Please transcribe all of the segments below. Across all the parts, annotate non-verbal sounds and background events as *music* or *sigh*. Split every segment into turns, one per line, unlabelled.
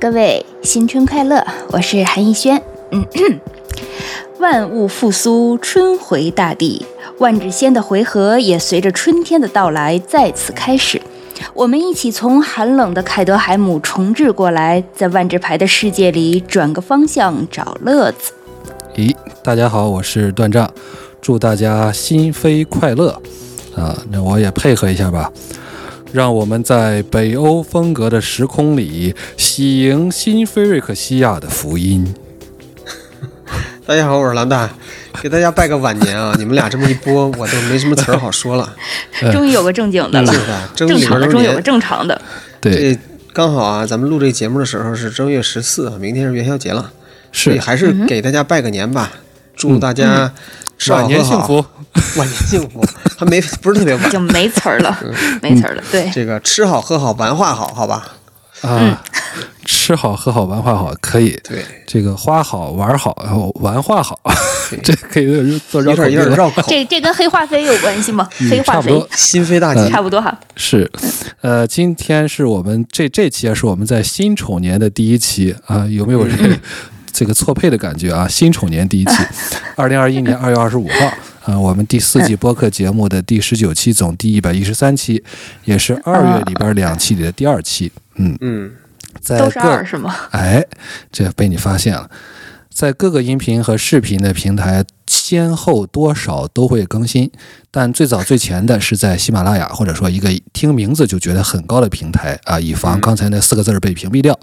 各位新春快乐！我是韩逸轩。嗯， *clears throat* 万物复苏，春回大地，万智仙的回合也随着春天的到来再次开始。我们一起从寒冷的凯德海姆重置过来，在万智牌的世界里转个方向找乐子。
咦，大家好，我是段丈，祝大家新飞快乐啊！那我也配合一下吧，让我们在北欧风格的时空里喜迎新菲瑞克西亚的福音。
大家好，我是蓝大，给大家拜个晚
*laughs*
年啊！你们俩这么一播，我都没什么词儿好说了。
终于有个正经的了
是，的，正
正
里
常的
边都
终
是
于有个
年。
正常的。
对，
这刚好啊，咱们录这节目的时候是正月十四，啊明天是元宵节了，所以
是
还是给大家拜个年吧，祝大家吃好
嗯晚年
喝
幸
好，
福。
晚年幸福，还没不是特别
*laughs*
晚
已。经没词儿了，没词儿了。对，
这个吃好喝好玩化好，好吧？
啊，吃好喝好玩化好可以，
对，
这个花好玩好然后玩化好， *laughs* 这可以做绕
有
口
点
令
有点
了。
绕口。
这这跟黑化肥有关系吗？
嗯
黑化
差不
肥
多
心扉大吉，
差不多哈。
是，呃，今天是我们这这期啊，是我们在辛丑年的第一期啊，有没有
嗯
这 *laughs* 个这个错配的感觉啊？辛丑年第一期，
*laughs*
二零二一年二月二十五号啊，我们第四季播客节目的第十九期，总第一百一十三期，也是二月里边两期里的第二期。嗯，
嗯，
在
都是
各
二是吗？
*laughs* 哎，这被你发现了。在各个音频和视频的平台，先后多少都会更新，但最早最前的是在喜马拉雅，或者说一个听名字就觉得很高的平台啊，以防刚才那四个字儿被屏蔽掉。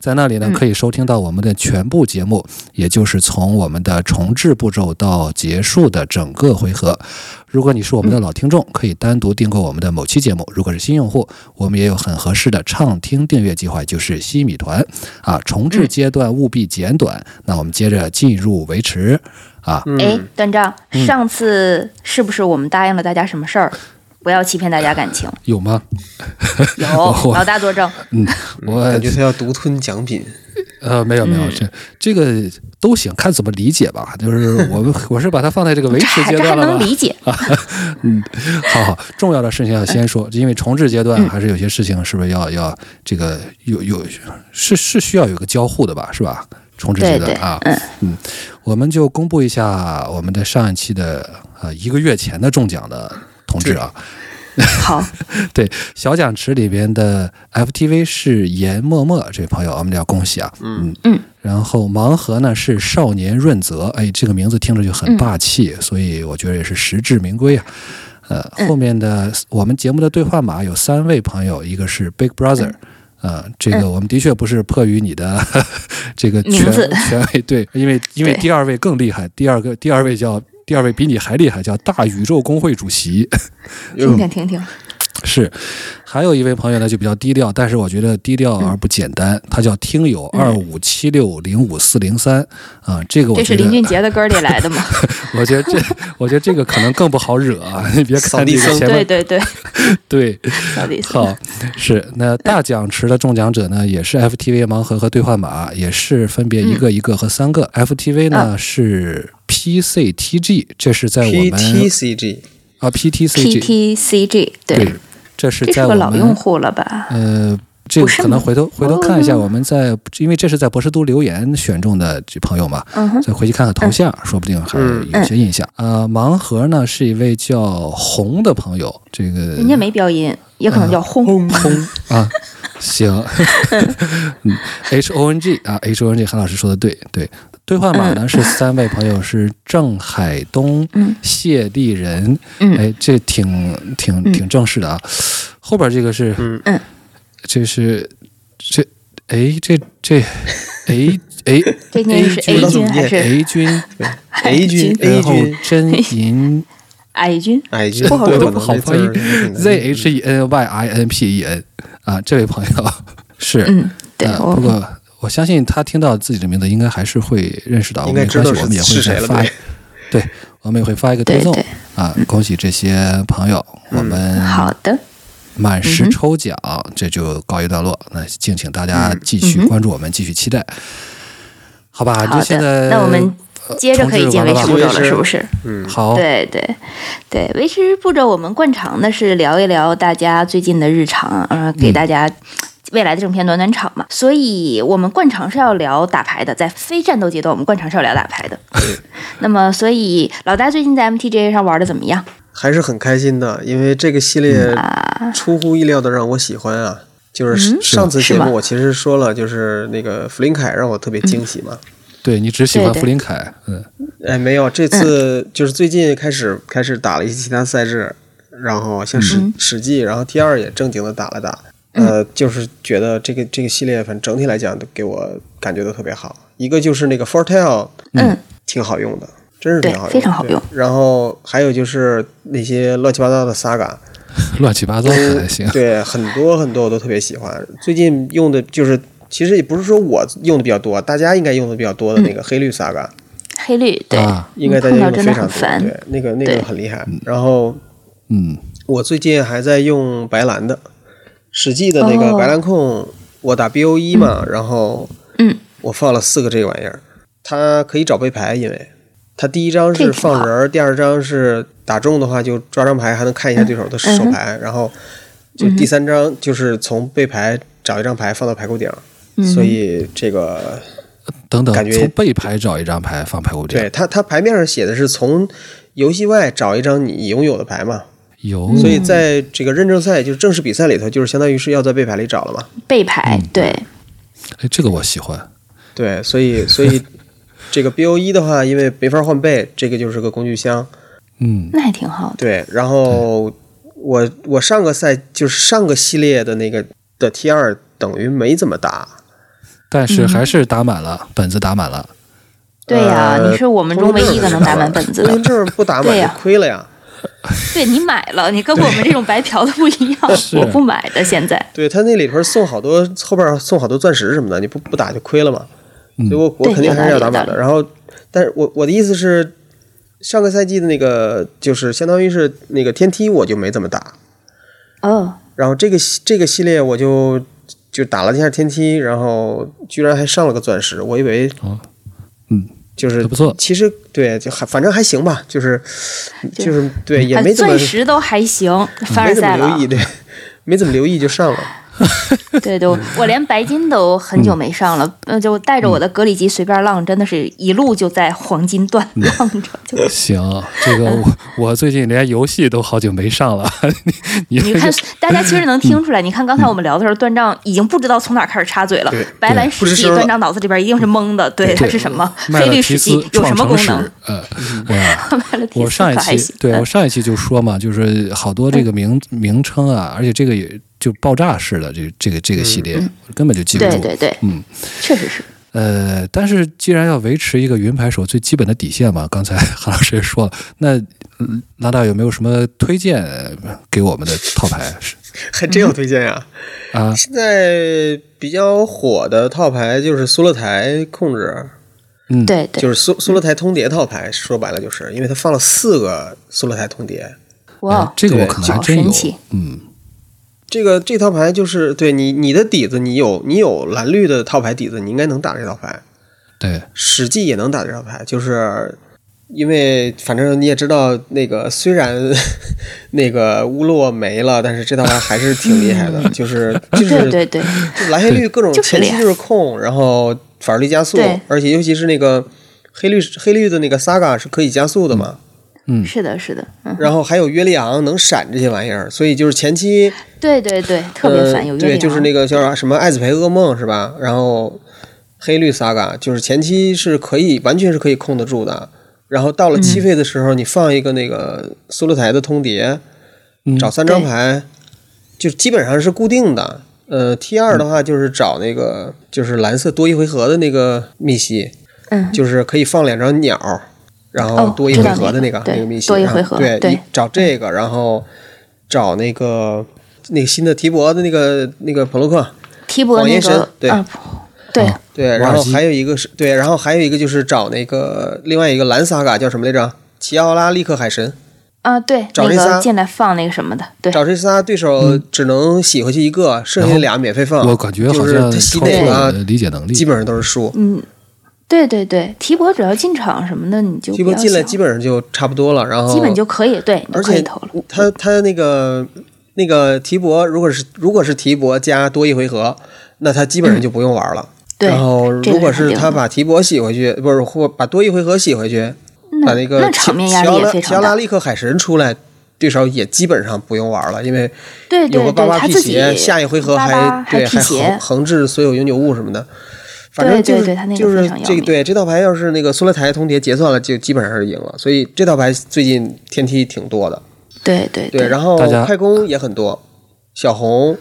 在那里呢，可以收听到我们的全部节目，也就是从我们的重置步骤到结束的整个回合。如果你是我们的老听众，可以单独订购我们的某期节目；如果是新用户，我们也有很合适的畅听订阅计划，就是西米团啊。重
嗯
置阶段务必简短。那我们接着进入维持啊，
哎，段章，
嗯
上次是不是我们答应了大家什么事儿？不要欺骗大家感
*laughs*
情。
有吗？
有
我
老大作证，
嗯，我
感觉他要独吞奖品。
呃没有没有，这这个都行，看怎么理解吧。
*laughs*
就是我们我是把它放在这个维
这
持
还
阶
这还
段了
能
吧。
理解？
*laughs* 好好，重要的事情要先
*laughs*
说，因为重置阶
嗯
段啊还是有些事情是不是要要这个有有是是需要有个交互的吧，是吧？重置
对
阶段
对
啊，，
嗯，
我们就公布一下我们的上一期的呃一个月前的中奖的通知啊，
好，
对，小奖池里边的 FTV 是严默默这位朋友，我们要恭喜啊。嗯
嗯。
然后盲盒呢是少年润泽，哎，这个名字听着就很霸气，所以我觉得也是实至名归啊。
嗯
呃，后面的我们节目的对话码有三位朋友，一个是 Big Brother，、呃，
嗯
这个我们的确不是迫于你的 *laughs* 这个
名
权
字
权威，对，因为因为
对
第二位更厉害，第二个第二位叫第二位比你还厉害，叫大宇宙工会主席。
听听听听，
是，还有一位朋友呢就比较低调，但是我觉得低调而不简
嗯
单。他叫听友二五七六零五四零三啊，这个我
这是
觉
林
得，
俊杰的歌里来的吗？
*laughs* 我觉得这，我觉得这个可能更不好惹啊。你别
扫
看
地
这个
僧
前
对
面
对对，
对，
到底是
好，是那大奖池的中奖者呢，也是 FTV 盲盒和兑换码，也是分别
嗯
一个一个和三个。FTV
啊
呢是 PCTG，这是在我
P
们
T C G，
*laughs* 啊 PTCG，
PTCG，对，，
这是
这是
在我
个
们
老用户了吧？
呃，这个
不是
可能
吗哦
回头回头看一下，我们在因为这是在博士都留言选中的这朋友嘛，
嗯哼，嗯
再回去看看头像，说不定还有些印象。呃，盲盒呢是一位叫红的朋友，这个
人家没标音，也可能叫轰，
啊轰啊，
*laughs*
行，嗯，H O N G 啊，H O N G，韩老师说的对，对。兑换码
嗯
呢是三位朋友，是郑海东、谢丽人，
嗯
哎，这挺挺挺正式的啊。后边这个是，
嗯，
这是这，哎，这这，哎哎，
*laughs* 这念是
A
A 军
军
还是
A 君，嗯哎
A 君 A
然后
君
真银
*laughs* I 军？
哎，这
不好
我
说
都不好翻译，Z H E N Y I N P E N 啊，这位朋友 *laughs* 是，
嗯，对
呃，
我
不过我相信他听到自己的名字，应该还是会认识到，
应该
没
知
关
道
系，我们也
是
会
是谁
再
了
发
对，
对，我们也会发一个推
对
送
对
啊，恭喜这些朋友，我
嗯
们
好嗯的，
满十抽奖，这就告一段落。那敬请大
嗯
家继续关注我们，继续期待，好吧？
好
这啊现在
的，那我们
呃
接着可以
重置
进
完
维
了
持步
吧
骤了，
是
是不是？
嗯哦
好，
对对对，维
嗯
持步骤我们惯常的是聊一聊大家最近的日常，呃，给大家未来的正片暖暖场嘛，所以我们惯常是要聊打牌的，在非战斗阶段，我们惯常是要聊打牌的。那么，所以老大最近在 MTG 上玩的怎么样
还是很开心的，因为这个系列
啊？
出乎意料的让我喜欢啊。就是上次
嗯
节
是吗
目我其实说了，就是那个弗林凯让我特别惊喜嘛。
对你只喜欢
对对
弗林凯，嗯，
哎，没有，这次就是最近开始开始打了一些其他赛制，然后像史
嗯
史记，然后 T 二也正经的打了打。呃，就是觉得这个这个系列，反正整体来讲都给我感觉都特别好。一个就是那个 Fortel
嗯，
挺好用的，真是挺
对
好用的，
非常好用
对。然后还有就是那些乱七八糟的 Saga，
乱七八糟的还行。
对，很多很多我都特别喜欢。最近用的就是，其实也不是说我用的比较多，大家应该用的比较多的那个黑绿 Saga，、
黑绿 *laughs* 对，
啊
应该大家
碰
用
嗯到
的
真
非
的
常
很
多。
烦。
对，那个那个
对
很厉害。然后
嗯，
我最近还在用白蓝的，史记的那个
哦
白蓝控，我打 BO 一嘛，然后
嗯，
我放了四个这个玩意儿，它可以找背牌，因为它第一张
这
是
挺好
放人儿，第二张是打中的话就抓张牌，还能
嗯
看一下对手的手牌，然后就第三张就是从背牌找一张牌放到牌库顶儿，
嗯
所以这个
等等
感，觉
从背牌找一张牌放牌库顶
对，它它牌面上写的是从游戏外找一张你拥有的牌嘛，
有
所以在这个认证赛就是正式比赛里头，就是相当于是要在背牌里找了嘛。
背牌
嗯
对，
哎，这个我喜欢。
对，所以所以这个 BO 一的话，因为没法换背，这个就是个工具箱。
嗯，
那还挺好的。
对，然后我我上个赛就是上个系列的那个的 T 二等于没怎么打。
但
嗯
是还是打满了，本子打满了。
对呀，
呃
你是我们中唯一一个能打满本子
通行
的。
证不打
对
满
呀
就亏了呀。
对你买了，你跟我们这种白嫖的不一样
*laughs*
是，
我不买的。现在
对他那里头送好多，后边送好多钻石什么的，你不不打就亏了嘛。
嗯
所以我我
对
肯定还是要打满
有道
的。
理
然后，但是我我的意思是，上个赛季的那个就是相当于是那个天梯，我就没怎么打。
哦，
然后这个系这个系列我就就打了一下天梯，然后居然还上了个钻石，我以为
哦嗯，
就是
还不错
其实对，就还反正还行吧，就是就是对，也
啊
没怎么
钻石都还行，凡尔
没怎
赛
么
了
留意，。对，没怎么留意
*laughs*
就上
对
了。
嗯
对，我我连白金都很久没上了，呃，就带着我
嗯
的格里吉随便浪，真的是一路就在黄金段
嗯
浪着，就
行，这个
*laughs*
我我最近连游戏都好久没上了。 *laughs* 你
你
这 *laughs*
看，大家其实能
嗯
听出来，你看刚才我们聊的时候，段章已经不知道从哪儿开始插嘴了
对。
白蓝
不
史
是
记，
时候了
段章脑子里边一定
嗯
是懵的，对，它是什么？
卖
菲
了
律
皮
史
斯
记有什么
创
功
城
能 *laughs* 嗯
史？？呃，哇。
卖了皮
我
斯可
上一
还
期
行。
对
嗯
我上一期就说嘛，就是好多这个名名称啊，而且这个也就爆炸式的这这个这个系列，根本就记不
嗯对
住。
对对，
嗯，
确实是。
呃，但是既然要维持一个云牌手最基本的底线嘛，刚才韩老师也说了，那嗯拉大有没有什么推荐给我们的套牌？是
还真有推荐呀、
啊，
现在比较火的套牌就是苏勒台控制，
嗯，
对对，
就是苏苏勒台通牒套牌。说白了就是，因为它放了四个苏勒台通牒。
哎
哇，
这个我
对
可能还
好
真
神
有
奇，
嗯，
这个这套牌就是对你你的底子，你有你有蓝绿的套牌底子，你应该能打这套牌。
对，
史记也能打这套牌，就是因为反正你也知道，那个虽然 *laughs* 那个乌洛没了，但是这套牌还是挺厉害的，就是就是
对对对，
就蓝黑绿各种
就是
前期
厉害
就是控，然后法律加速
对，
而且尤其是那个黑绿黑绿的那个 Saga 是可以加速的嘛，
嗯，
是的，是的，嗯，
然后还有约利昂能闪这些玩意儿，所以就是前期
对对对，特别烦，
呃
有啊
对，就是那
个
个叫啥什么爱子培噩梦是吧？然后黑绿 Saga 就是前期是可以完全是可以控得住的，然后到了
嗯
七费的时候，你放一个那个苏勒台的通牒，
嗯
找三张牌，就基本上是固定的。呃，T 二的话就是找那个就是蓝色多一回合的那个密西，
嗯
就是可以放两张鸟，然后
哦
多一
知
回
道
合的
那
那
个
个
对
个密西，
多一
然后
回合
对，
对
一找这个，然后找那个那个新的提博的那个那个朋洛克，
提伯
网
那
页
个
神对
啊，对
啊
对，
瓦
然
尔
后
基
还有一个是对，然后还有一个就是找那个另外一个蓝萨嘎叫什么来着？齐奥拉利克海神，
啊对，
找
那
这仨
个进来放那个什么的，对，
找这仨对手只能洗回去一个，剩下俩免费放。
嗯我感觉好
嗯就是
像
他洗
超出
哪
我
个
的理解能力，
啊基本上都是输，
嗯，对对对，提伯只要进场什么的，你就
提
不
博
要
进来
想
基本上就差不多了，然后哦
基本就可以，对，你
而
就可以
且
投了，
他他那个那个提博如果是如果是提博加多一回合，那他基本上就不用玩了。
嗯对
然后
这
如
个
果
肯
是
定
他
的
把提博洗回去，不是或把多一回合洗回去，把
那
个
嗯那
齐
场面压
齐
力
奥
也
拉
非
齐奥
常
拉
大，
利克海神出来，对手也基本上不用玩了，因为
对
有
对
个八
对，
八
他
辟
自己
邪，下一回合
八八
还对
辟
还横
邪，
横置所有永久物什么的。反
对
正就是
对对他那个
就是
非常要
这个
命
对这套牌要是那个苏勒台通牒结算了，就基本上是赢了。所以这套牌最近天梯挺多的，
对对
对，然后
大家
快攻也很多，小红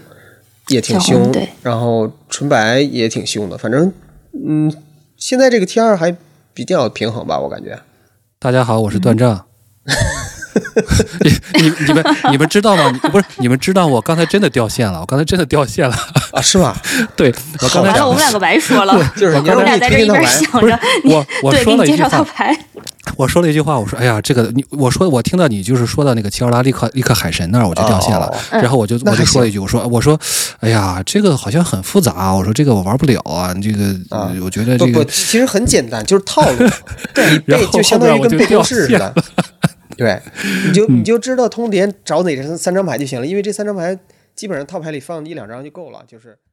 也挺
小红
凶，
对
然后纯白也挺凶的，反正嗯，现在这个 T 二还比较平衡吧，我感觉。
大家好，我是
嗯
段
*laughs*
丈。你你你们你们知道吗？不是你们知道我刚才真的掉线了，我刚才真的掉线了。
啊，是吧？
对我刚才
完了，
讲
我们两个白说了，
*laughs* 就是你
我
让
们俩
你
在这
推荐
一
套
边
牌，
想
不是
着
我
你
我
对
说
给
了
你
一
介
句
绍套
话，
牌，
我说了一句话，我说哎呀，这个你我说我听到你就是说到那个齐奥拉利克利克海神那儿，我就掉线了。
哦
嗯
然后我就
那
我
还
就说了一句，我说我说哎呀，这个好像很复杂啊，我说这个我玩不了啊，这个、
啊
我觉得
不
这
不，
个
其实很简单，就
*laughs*
是套路，你
然
背
后
就相
后
当
面
于
我
跟
就
背公
掉
式似
线嗯
的。对，你就你就知道通牒找哪三三张牌就行了，因为这三张牌基本上套牌里放一两张就够了，就是。